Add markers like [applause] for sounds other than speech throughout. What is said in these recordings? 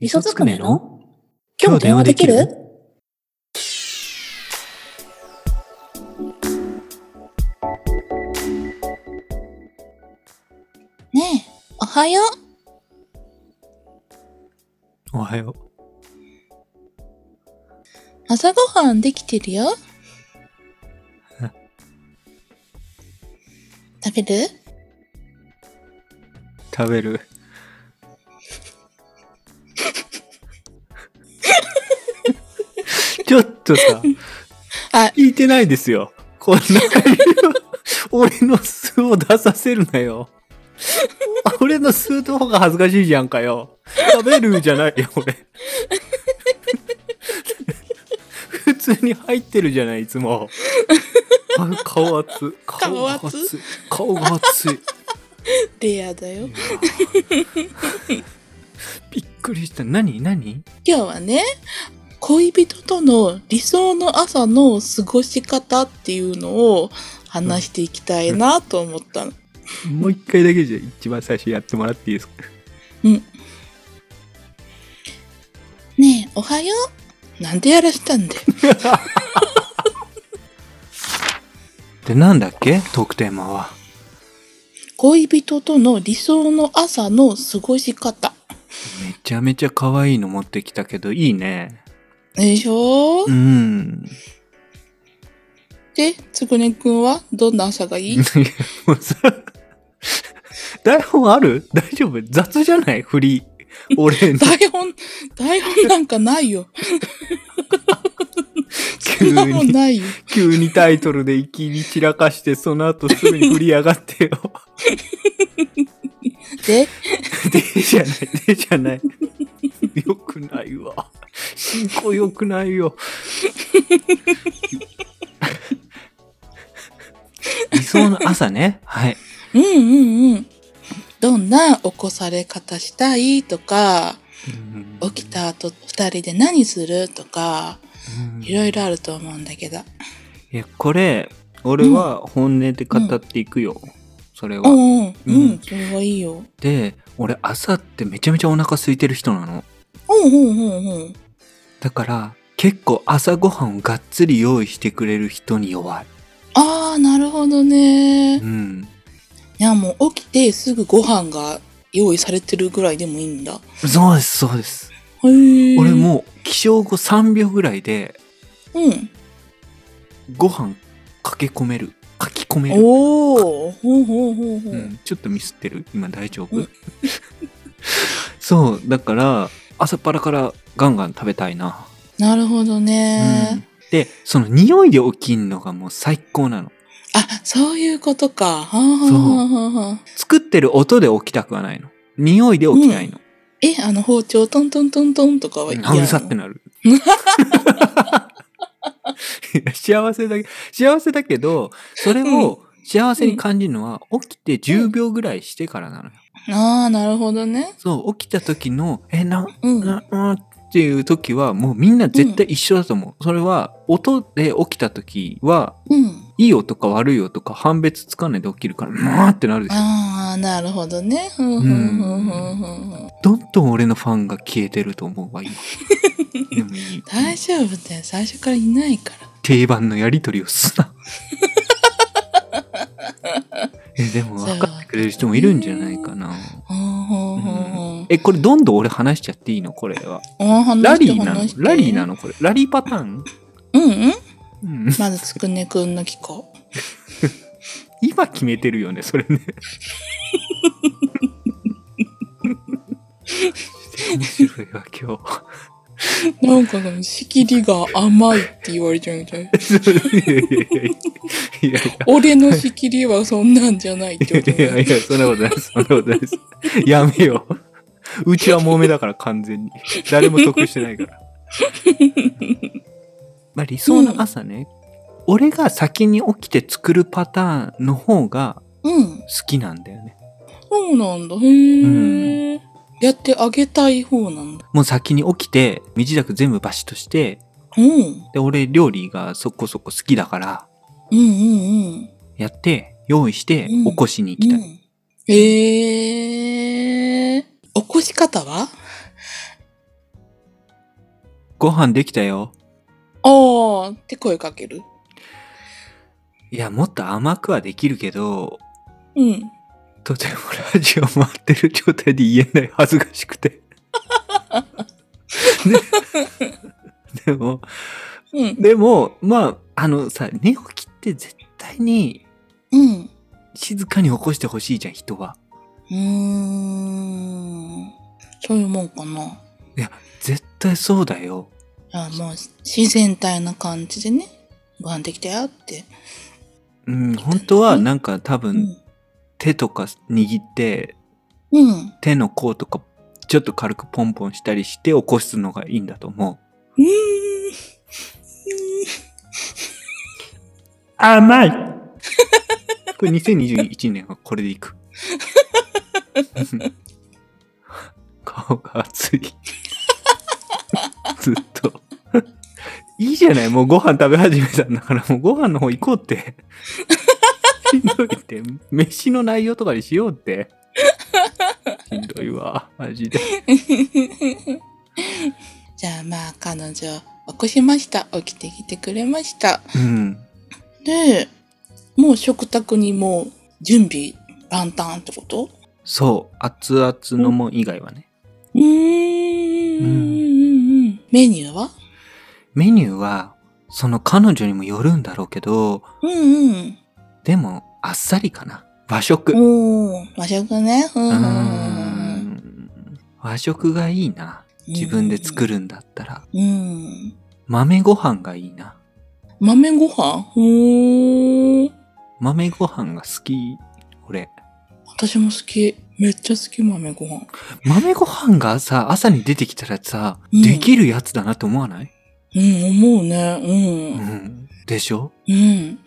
味噌つくねの今日電話できるねえ、おはよう。おはよう。朝ごはんできてるよ。食べる食 [laughs] べる。ちょっとさ、あ、聞いてないですよ。こんな会話俺の素を出させるなよ。俺の素の方が恥ずかしいじゃんかよ。食べるじゃないよ、俺。普通に入ってるじゃない、いつも。あ顔熱い。顔が熱い。顔が熱い。レアだよ。びっくりした。何何今日はね、恋人との理想の朝の過ごし方っていうのを話していきたいなと思ったの。もう一回だけじゃ一番最初やってもらっていいですかねえ、おはよう。なんでやらしたんだよ。で、なんだっけトークテーマは。恋人との理想の朝の過ごし方。めちゃめちゃ可愛いの持ってきたけど、いいね。でしょ、うん。で、つぐねくんはどんな朝がいいい [laughs] やもうさ、台本ある大丈夫雑じゃない振り。俺の台本、台本なんかないよ。そんなもんないよ。急にタイトルでいきり散らかして、その後すぐに振り上 [laughs] がってよ。で、でじゃない、でじゃない。よくないわ。進行よくない [laughs] よ。理想の朝ね。はい。うんうんうん。どんな起こされ方したいとか、起きた後二人で何するとか、うん。いろいろあると思うんだけど。いや、これ、俺は本音で語っていくよ。それは。うんうん、ううんん、それはいいよ。で、俺、朝ってめちゃめちゃお腹空いてる人なの。うんうんうんうん。だから、結構朝ごはんをがっつり用意してくれる人に弱い。ああ、なるほどね。ういん。や、もう起きてすぐご飯が用意されてるぐらいでもいいんだ。そうです、そうです。へえ。俺。もう起床後3秒ぐらいでうん。ご飯駆け込める書き込める、おお。ほうほうほうほう。うん、ちょっとミスってる今大丈う夫ん [laughs] そうだから朝っぱらからガンガン食べたいな、なるほどうねん。、でその匂いで起きんのがもう最高なのあ、そういうことか。はあ、はあはあはあ、作ってる音で起きたくはないの匂いで起きたいの、え、あの包丁トントントントンとかはう嫌ん、なのうるさってな [laughs] るいや幸せだけ幸せだけどそれを幸せに感じるのは起きて10秒ぐらいしてからなのよああ、なるほどね。そう起きた時のえなうん。ななっていう時はもうみんな絶対一緒だと思う、それは音で起きた時はうん。いい音か悪い音か判別つかないで起きるからなーってなるでしょああ、なるほどね。ふんふんふんふんふんふん。どんどん俺のファンが消えてると [laughs] 思うわ今でもいい大丈夫だよ。最初からいないから。定番のやり取りをす [laughs] なえでも分かってくれる人もいるんじゃないかなほうほうほうほう。えこれどんどん俺話しちゃっていいのこれはお話ラしリてーなの話して。ラリーなのこれラリーパターンうんうん。うんまずつくねくんの聞こう。今決めてるよねそれ [laughs] ね面白いわ [laughs] 今日 [laughs] なんか、仕切りが甘いって言われちゃうみたい。いやいやいやいや俺の仕切りはそんなんじゃ [laughs] ないってこといやいやいやそんなことないですそんなことな [laughs] いですやめよううちはもめだから完全に誰も得してない [laughs] からまあ理想の朝ね、俺が先に起きて作るパターンの方がうん。好きなんだよねそうなんだ。へえ、やってあげたい方なんだ。もう先に起きて身支度全部バシッとしてうん。うんで、俺料理がそこそこ好きだから、うんうん。やって、用意して、うん起こしに行うきたい。ん、ええー。起こし方はご飯できたよ。おーって声かける。いや、もっと甘くはできるけど、うん。とてもラジオ回ってる状態で言えない恥ずかしくて。で [laughs] でも、うん。でも、まあ、あのさ、寝起きって絶対にうん。静かに起こしてほしいじゃん、人は。うーん。そういうもんかな。絶対そうだよ。あもう自然体な感じでね、ご飯できたよって。うん、本当はなんか多う分ん。手とか握って、うん。手の甲とかちょっと軽くポンポンしたりして起こすのがいいんだと思う。うーん。甘いこれ2021年はこれでいく。顔が熱い。ずっと。いいじゃないもうご飯食べ始めたんだから、もうご飯の方行こうって。しんどいって。飯の内容とかにしようって。しんどいわ。マジで。じゃあまあ彼女起こしました。起きてきてくれました。うん。で、もう食卓にもう準備、ランタンってことそう。熱々のもん以外はね。うーん。うん、メニューはメニューは、その彼女にもよるんだろうけど、うんうん。でも、あっさりかな。和食。おー、和食ね。うんううーんうんうん。ん和食がいいな。自分で作るんだったら。うん。豆ご飯がいいな。豆ご飯うーん。豆ご飯が好き。俺。私も好き。めっちゃ好き、豆ご飯。豆ご飯がさ、朝に出てきたらさ、うんできるやつだなと思わないうん、思ううね。ん。でしょうん。うん。うん。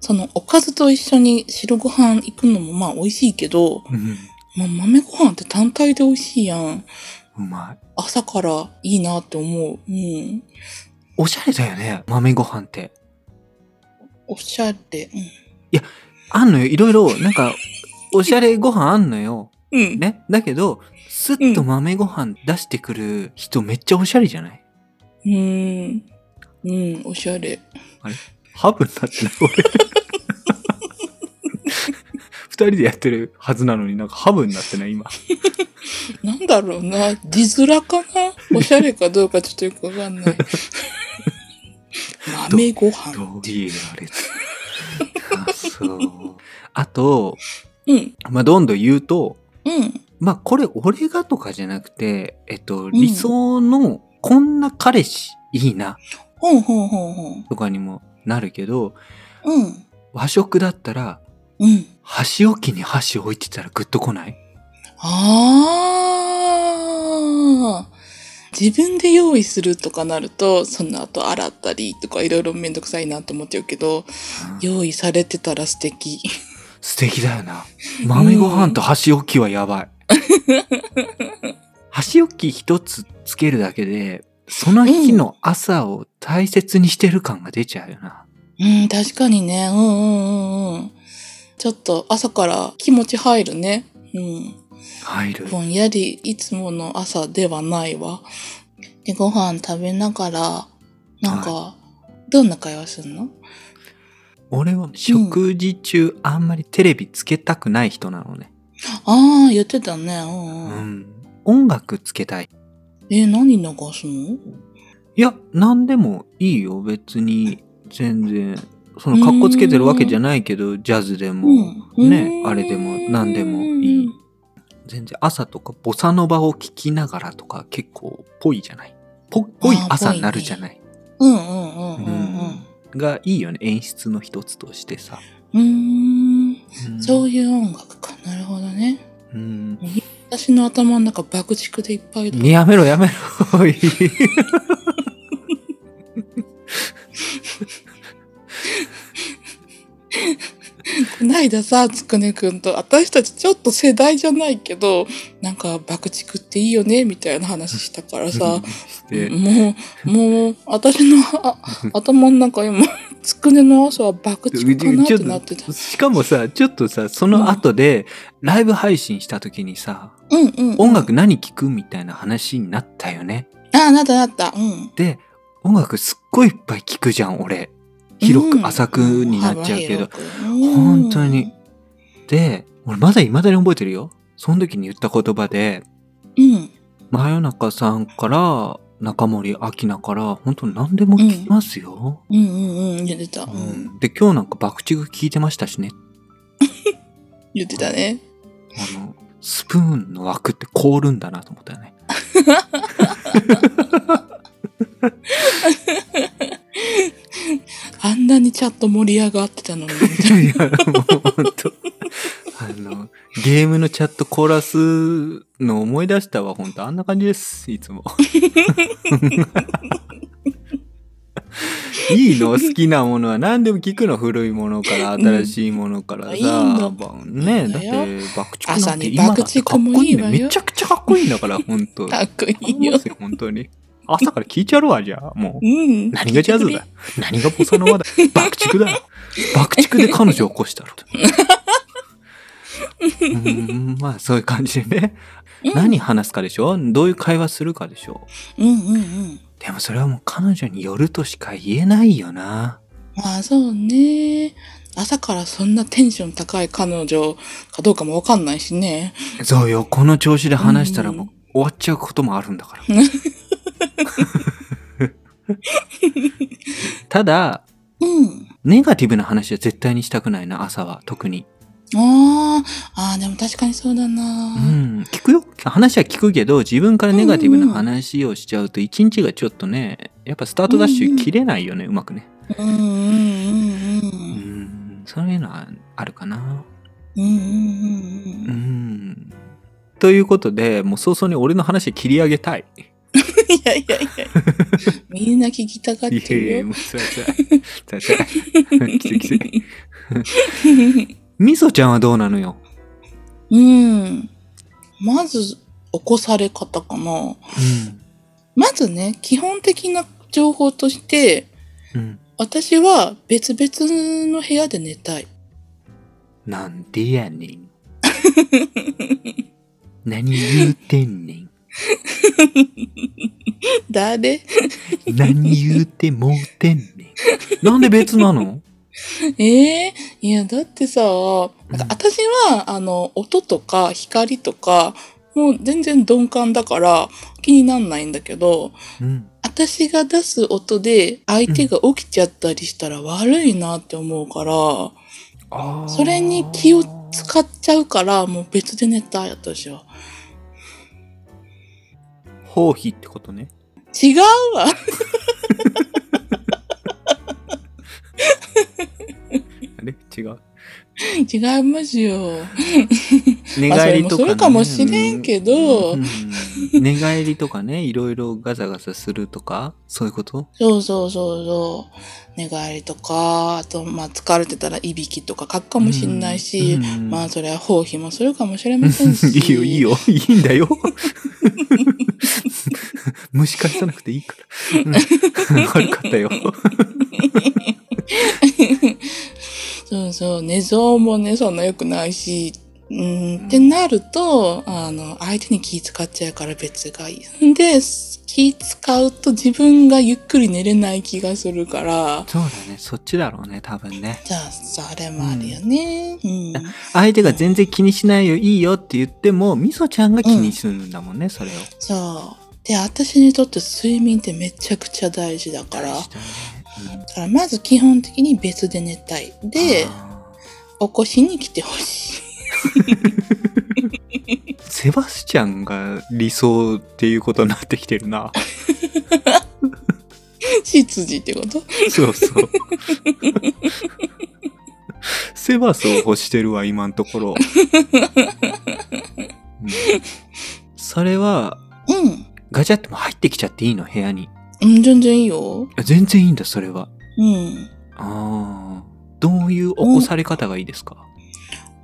その、おかずと一緒に白ご飯行くのもまあ美味しいけど、うん。まあ、豆ご飯って単体で美味しいやん。うまい。朝からいいなって思う。うん。おしゃれだよね。豆ご飯って。おしゃれ。あんのよ。いろいろ、なんか、おしゃれご飯あんのよ。うん。うん。ね。だけど、すっと豆ご飯出してくる人めっちゃおしゃれじゃないうん。うん、おしゃれ。ハブになってない俺。二人でやってるはずなのになんかハブになってない今。なんだろうな。字面かなおしゃれか [laughs] どうかちょっとよくわかんない。豆ご飯。どういあれ。あ、そう。あと、うん。まあ、どんどん言うと、うん。まあ、これ俺がとかじゃなくて、えっと、ん理想のこんな彼氏いいなほんほんほんほん。とかにもなるけど、うん。和食だったら、うん。箸置きに箸置いてたらグッと来ないああ。自分で用意するとかなると、その後洗ったりとかいろいろめんどくさいなと思っちゃうけど、用意されてたら素敵。素敵だよな。豆ご飯と箸置きはや [laughs] ばい。箸置き一つつけるだけで、その日の朝を大切にしてる感が出ちゃうよな。うん、確かにね。うんうんうんうん。ちょっと朝から気持ち入るね。うん。入る。ぼんやりいつもの朝ではないわ。で、ご飯食べながら、なんか、どんな会話するの俺は食事中あんまりテレビつけたくない人なのね。ああ、言ってたね。うんううん。ん。音楽つけたい。え、何流すのいや、なんでもいいよ。別に、全然。その格好つけてるわけじゃないけど、ジャズでも、うんう、ねんあれでも何でもいい。全然朝とかボサノバを聞きながらとか結構ぽいじゃないぽっぽい朝になるじゃない、うんうんうんうんうん。がいいよね演出の一つとしてさ、うーん、うんそういう音楽か。なるほどね。うん私の頭の中爆竹でいっぱいだ。やめろやめろ [laughs] おいこないださ、つくねくんと、私たちちょっと世代じゃないけど、なんか爆竹っていいよね、みたいな話したからさ、してもう、もう、私のあ頭の中今、つくねの朝は爆竹かなってなってたちょ。しかもさちょっとさその後でライブ配信した時にさうんうん。音楽何聴くみたいな話になったよねああ、なったなった。うん。で音楽すっごいいっぱい聴くじゃん俺広うくん浅くになっちゃうけど、幅広くうん本当に。で俺まだ未だに覚えてるよその時に言った言葉でうん。真夜中さんから中森明菜から本当何でも聞きますよ、うんうんうん。言ってた。ううんん。で今日なんか爆竹聞いてましたしね言ってたね。あのスプーンの枠って凍るんだなと思ったよねあんなにチャット盛り上がってた [laughs] のに。いやいや、もう本当。あの、ゲームのチャット凍らすの思い出したわ、本当あんな感じです、い [laughs] つも。いいの好きなものは何でも聞くの古いものから新しいものからさ、いいのばねいいだっのてよ爆竹なんて朝に今だってかっこいいん爆竹だよもいいわよめちゃくちゃかっこいいんだから本 [laughs] 当かっこい頼いみよま。すよ本当に朝から聞いちゃうわじゃあもううん。何がジャズだ何がボサノバだ爆竹だ爆竹で彼女を起こしたろと。うーんまあそういう感じでね、うん何話すかでしょどういう会話するかでしょうんうんうん。でもそれはもう彼女によるとしか言えないよなまあそうね。朝からそんなテンション高い彼女かどうかもわかんないしね。そうよこの調子で話したらもううん終わっちゃうこともあるんだ [laughs] からただうん。ネガティブな話は絶対にしたくないな朝は特にああ、ああ、でも確かにそうだな。うん、聞くよ話は聞くけど自分からネガティブな話をしちゃうと一日がちょっとねやっぱスタートダッシュ切れないよね、うまくねうんうんううんんそういうのはあるかなうん。うんうんうんううん。んということでもう早々に俺の話切り上げたいいやいやい [laughs] や。みんな聞きたがっいてやいるやよ。もうつらいつらいつらいつらいきついきつ [laughs] いみそちゃんはどうなのようん。まず、起こされ方かな。まずね、基本的な情報として、うん、うん、私は別々の部屋で寝たい。なんでやねん何言うてんねん誰何言うてもうてんねん。なんで別なのええいや、だってさ、なんうんか私は、あの、音とか光とか、もう全然鈍感だから気になんないんだけど、うん。私が出す音で相手が起きちゃったりしたら悪いなって思うから、あーそれに気を使っちゃうから、もう別で寝たい、私は。放棄ってことね。違うわ [laughs] あれ違う。違いますよ。寝まあ返りそれもとか、ね。それかもしれんけどうんうん寝返りとかね、いろいろガザガザするとか、そういうことそうそうそうそう。寝返りとか、あと、まあ、疲れてたらいびきとか書くかもしんないし、うんうん [laughs] まあ、それは放棄もするかもしれませんし。いいよ、いい。よ。いいんだよ。蒸し返さなくていいから。 [laughs] うん、悪かったよ。そうそう、寝相もね、そんな良くないし、うん、ってなると、あの、相手に気使っちゃうから別がいい。んで、気使うと自分がゆっくり寝れない気がするから、そうだね、そっちだろうね、多分ね。じゃあ、それもあるよね。うん。相手が全然気にしないよいいよって言ってもみそちゃんが気にするんだもんね、それをそう。で、私にとって睡眠ってめちゃくちゃ大事だから。大事だねだからまず基本的に別で寝たい。うんで、あ起こしに来てほしい。 [laughs] ーセバスチャンが理想っていうことになってきて [laughs] るな執事ってことそうそうセバスを欲してるわ今のところ、うんそれはうん。ガチャっても入ってきちゃっていいの部屋にうん、全然いいよ。あ全然いいんだそれはうん。あーどういう起こされ方がいいですか、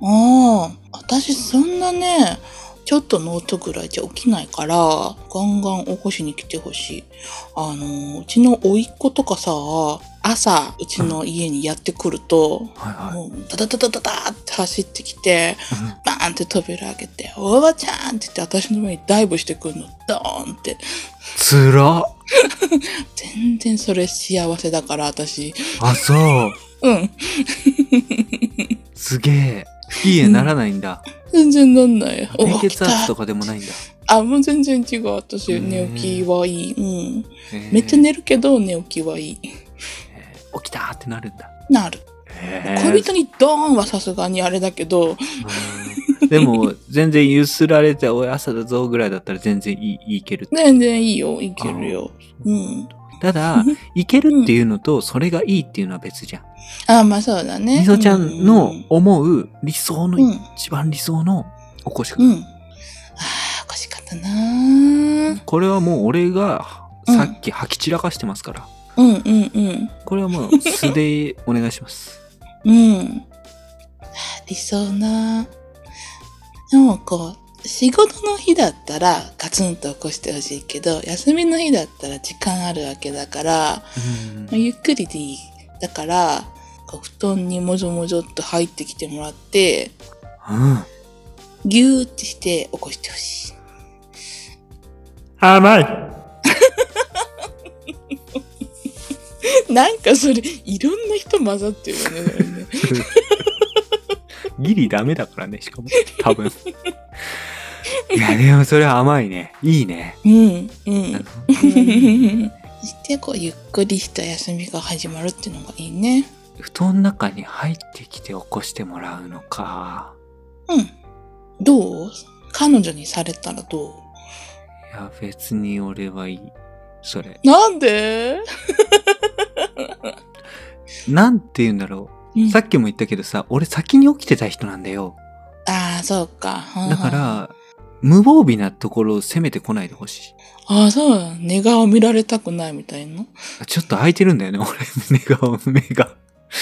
ああ、私そんなね、ちょっとの音ぐらいじゃ起きないから、ガンガン起こしに来てほしい。あの、うちの甥っ子とかさ、朝、うちの家にやってくると、はいはい。もうダダダダダダーって走ってきて、バーンって扉開けて、おばちゃんって言って私の上にダイブしてくるの、ドーンって。つらっ全然それ幸せだから、私。あ、そう。うん。すげえ。不機嫌ならないんだ。全然なんない。お低血来圧たとかでもないんだ。あ、もう全然違う。私、うん寝起きはいい。うん。へえめっちゃ。寝るけど、寝起きはいい。へえ起きたーってなるんだ。なる。へえ恋人にドーンはさすがにあれだけど、うんでも、全然ゆすられて、おい、朝だぞぐらいだったら全然いい、いける。全然いいよ。いけるよ。うん。ただ、いけるっていうのと、それがいいっていうのは別じゃん。あ、まあそうだね。みそちゃんのうん思う理想の、うん一番理想の起こし方。うん。ああ、おかしかったなーこれはもう俺がうんさっき吐き散らかしてますから。うんうんうん。これはもう素でお願いします。うん。理想な。でもこう、仕事の日だったらガツンと起こしてほしいけど、休みの日だったら時間あるわけだから、うんまあゆっくりで [laughs] いい。だから、こう布団にもぞもぞっと入ってきてもらって、うんぎゅーってして起こしてほしい。甘い [laughs] なんかそれ、いろんな人混ざってるよねそれ [laughs] ね。ギリダメだからね、しかも。多分。いや、でもそれは甘いね。いいね。うん、うんあ。のそ [laughs] してこうゆっくりした休みが始まるっていうのがいいね。布団の中に入ってきて起こしてもらうのか。うん。どう彼女にされたらどういや、別に俺はいい。それ。なんで、なんて言うんだろうう。んさっきも言ったけどさ、俺先に起きてた人なんだよ。ああ、そうか。だから、無防備なところを攻めてこないでほしい。ああー、そうだ。寝顔見られたくないみたいな。ちょっと開いてるんだよね、俺。目が、目が。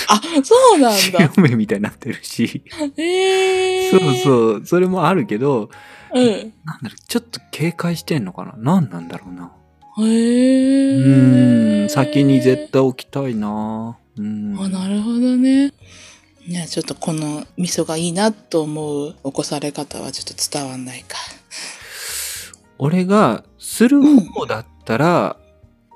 あ、そうなん [laughs] 白だ。目みたいになってるし。ええそうう。そう。それもあるけど、うん。なんだろう、ちょっと警戒してんのかななんなんだろうな。へうえ。ーん、先に絶対起きたいなうん。あ、なるほどね。いや、ちょっとこの味噌がいいなと思う起こされ方はちょっと伝わんないか。俺がする方だったら、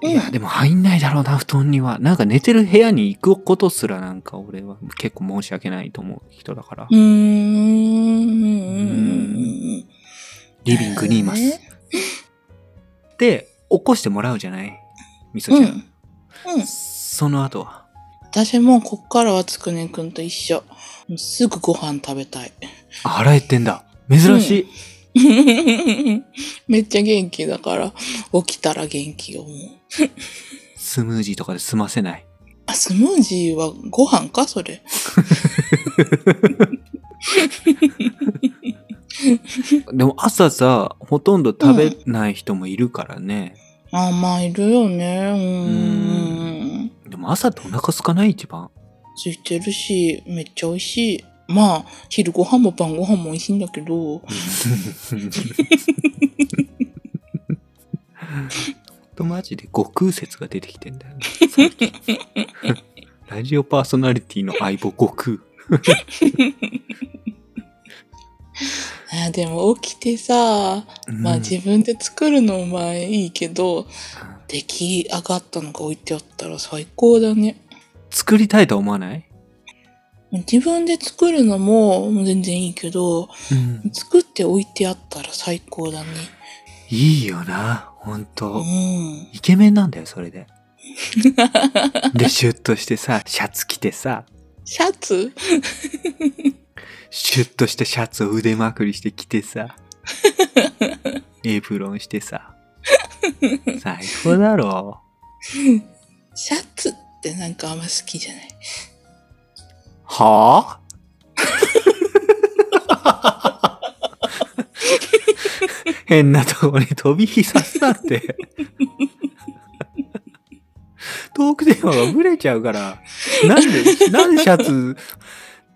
うんいや、でも入んないだろうな、布団には。なんか寝てる部屋に行くことすらなんか俺は結構申し訳ないと思う人だからう、ーん。リビングにいます。ねで、起こしてもらうじゃないみそうん。ちうゃん。ん。その後は。私もこっからはつくねくんと一緒。すぐご飯食べたい。 [laughs] あ、腹減ってんだ。珍しい。めっちゃ元気だから、起きたら元気よ、もう。スムージーとかで済ませない。あ、スムージーはご飯かそれ。でも朝さ、ほとんど食べない人もいるからね。あ、まあ、いるよね。うーん。でも朝ってお腹空かない一番。ついてるし、めっちゃ美味しい。まあ、昼ご飯も晩ご飯も美味しいんだけど、とマジで悟空説が出てきてんだよね。最近ラジオパーソナリティの相棒悟空。あでも起きてさ、まあうん自分で作るのまあいいけど、出来上がったのが置いてあったら最高だね。作りたいとは思わない、自分で作るのも全然いいけど、うん、作って置いてあったら最高だね。いいよな、ほんうと。ん。イケメンなんだよ、そ [laughs] れで。で、シュッとしてさ、シャツ着てさ、シャツシュッとしたシャツを腕まくりして着てさ、エプロンしてさ、最高だろ。シャツってなんかあんま好きじゃない。はあ変なとこに飛び火さすなって。トークテーマがブレちゃうから。なんで、なんでシャツ、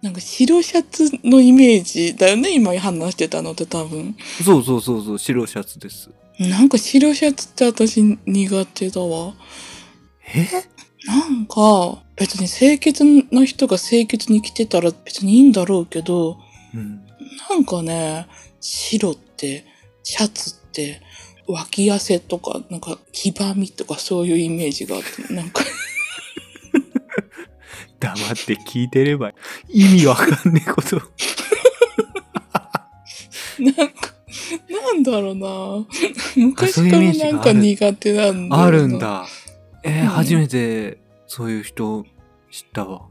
なんか白シャツのイメージだよね、今話してたのって多分。そうそうそうそう、白シャツです。なんか白シャツって私苦手だわ。えなんか、別に清潔な人が清潔に着てたら別にいいんだろうけど、うん。なんかね、白って、シャツって、脇汗とか、なんか、黄ばみとかそういうイメージがあって、なんか、 [laughs] 黙って聞いてれば、意味わかんねえこと。なんか、なんだろうな昔かそういうイメらージがあなるんか苦手なんだよなあるん。だ。えーうん初めてそういう人知った [laughs] わ。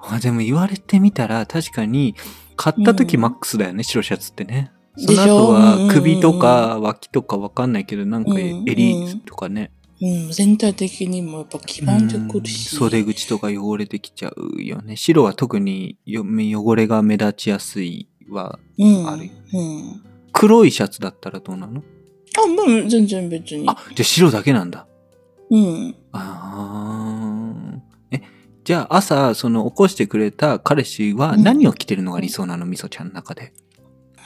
あでも言われてみたら確かに買った時うんマックスだよね、白シャツってね。でしそょうの後んうんうはん首とか脇とかわかんないけどなんかうんうん襟とかね、うん、全体的にもやっぱ黄ばんでくうんるし。袖口とか汚れてきちゃうよね。白は特によ汚れが目立ちやすいはうん、あるよねうん。黒いシャツだったらどうなのあ、もう全然別に。あじゃあ白だけなんだ。うん。ああ。え、じゃあ朝、その起こしてくれた彼氏は何を着てるのが理想なの、みそちゃんの中で。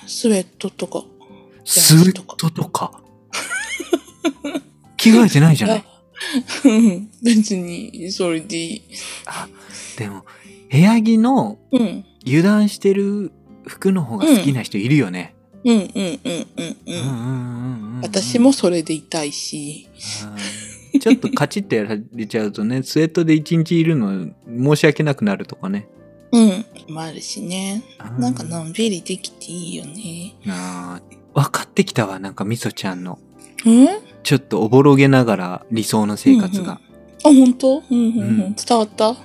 スウェットとか。スウェットとか。着替えてないじゃない。うん別に、それでいい。あ、でも、部屋着のうん。油断してる服の方が好きな人いるよね。うんうんうんうんう。うんんうんうんうん。私もそれで痛いし。うん。ちょっとカチッとやられちゃうとね、スウェットで一日いるの申し訳なくなるとかね。うん。もあるしね。うんなんかのんびりできていいよね。あー分かってきたわ、なんかみそちゃんの。うんちょっとおぼろげながら理想の生活が。あ、本当うんうんうん。うん伝わったあ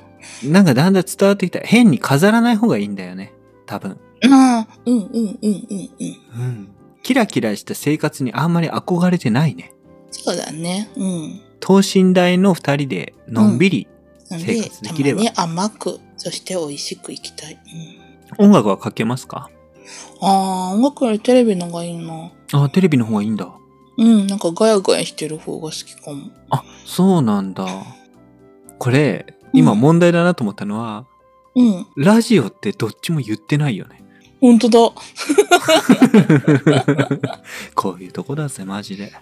なんかだんだん伝わってきた。変に飾らない方がいいんだよね。多分。あ、うんうんうんうんうん。うん。キラキラした生活にあんまり憧れてないね。そうだね。うん。等身大の二人でのんびり、なん生活できればたまに甘く、そして美味しくいきたい。うん、音楽はかけますかああ、音楽よりテレビのがいいな。あ、テレビの方がいいんだ。うん、なんかガヤガヤしてる方が好きかも。あ、そうなんだ。これ、今うん問題だなと思ったのは、うん。ラジオってどっちも言ってないよね。本当だ。こういうとこだぜ、マジ [laughs] で。本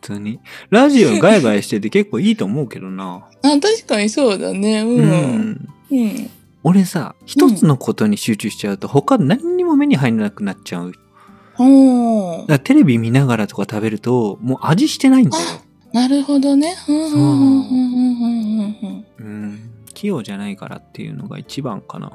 当に。ラジオガヤガヤしてて結構いいと思うけどな。あ、確かにそうだね。う。うんん。うん。俺さ、一つのことに集中しちゃうと他何にも目に入らなくなっちゃう。だかおーらテレビ見ながらとか食べると、もう味してないんだよ。なるほどね。うんうんうんうんうんうんうん。うん。器用じゃないからっていうのが一番かな。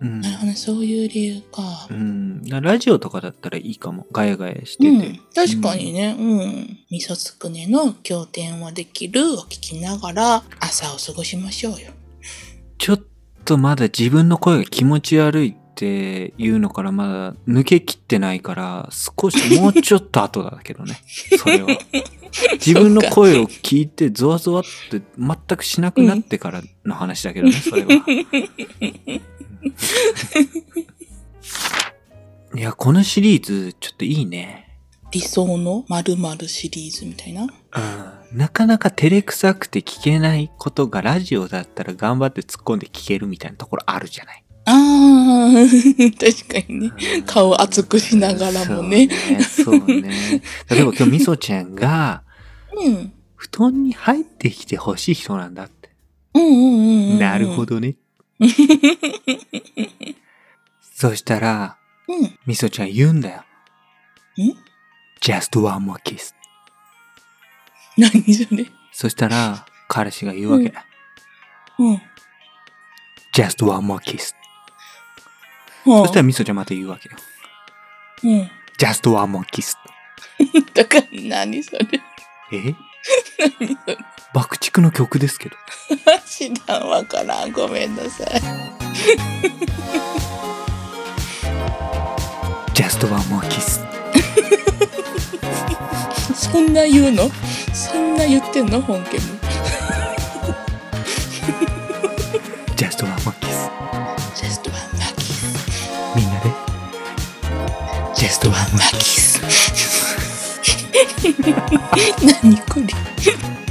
うんな。るほどね。そういう理由かう。ん、だからラジオとかだったらいいかも。ガヤガヤしてうてん。、確かにね、うん。味噌つくねの経典はできるを聞きながら朝を過ごしましょうよ。ちょっとまだ自分の声が気持ち悪いっていうのからまだ抜けきってないから、少しもうちょっと後だけど [laughs] ね。それは。自分の声を聞いてゾワゾワって全くしなくなってからの話だけどね、それは。 [laughs] いや、このシリーズちょっといいね。理想の〇〇シリーズみたいな。うん、なかなか照れくさくて聞けないことがラジオだったら頑張って突っ込んで聞けるみたいなところあるじゃない。あー、 [laughs] 確かにね。顔熱くしながらもね。そうね。そうね例えば今日みそちゃんが、うん。布団に入ってきてほしい人なんだって。うんうんうんうん。なるほど。[laughs] どね。そしたら、うん。みそちゃん言うんだよ。ん just one more kiss。何それ。そしたら、彼氏が言うわけ。うんうん。 just one more kiss。そそしたらみそちゃんまた言うわけよ。うん。 [laughs] just one more kiss。だから何それ。 [laughs] え爆竹の曲ですけど。知らんわからん。ごめんなさい。 just one more kiss。そんな言うのそんな言ってんの本家も。 just one more kiss。 Just one more kiss. みんなで。just one [laughs] more マキス。何これ。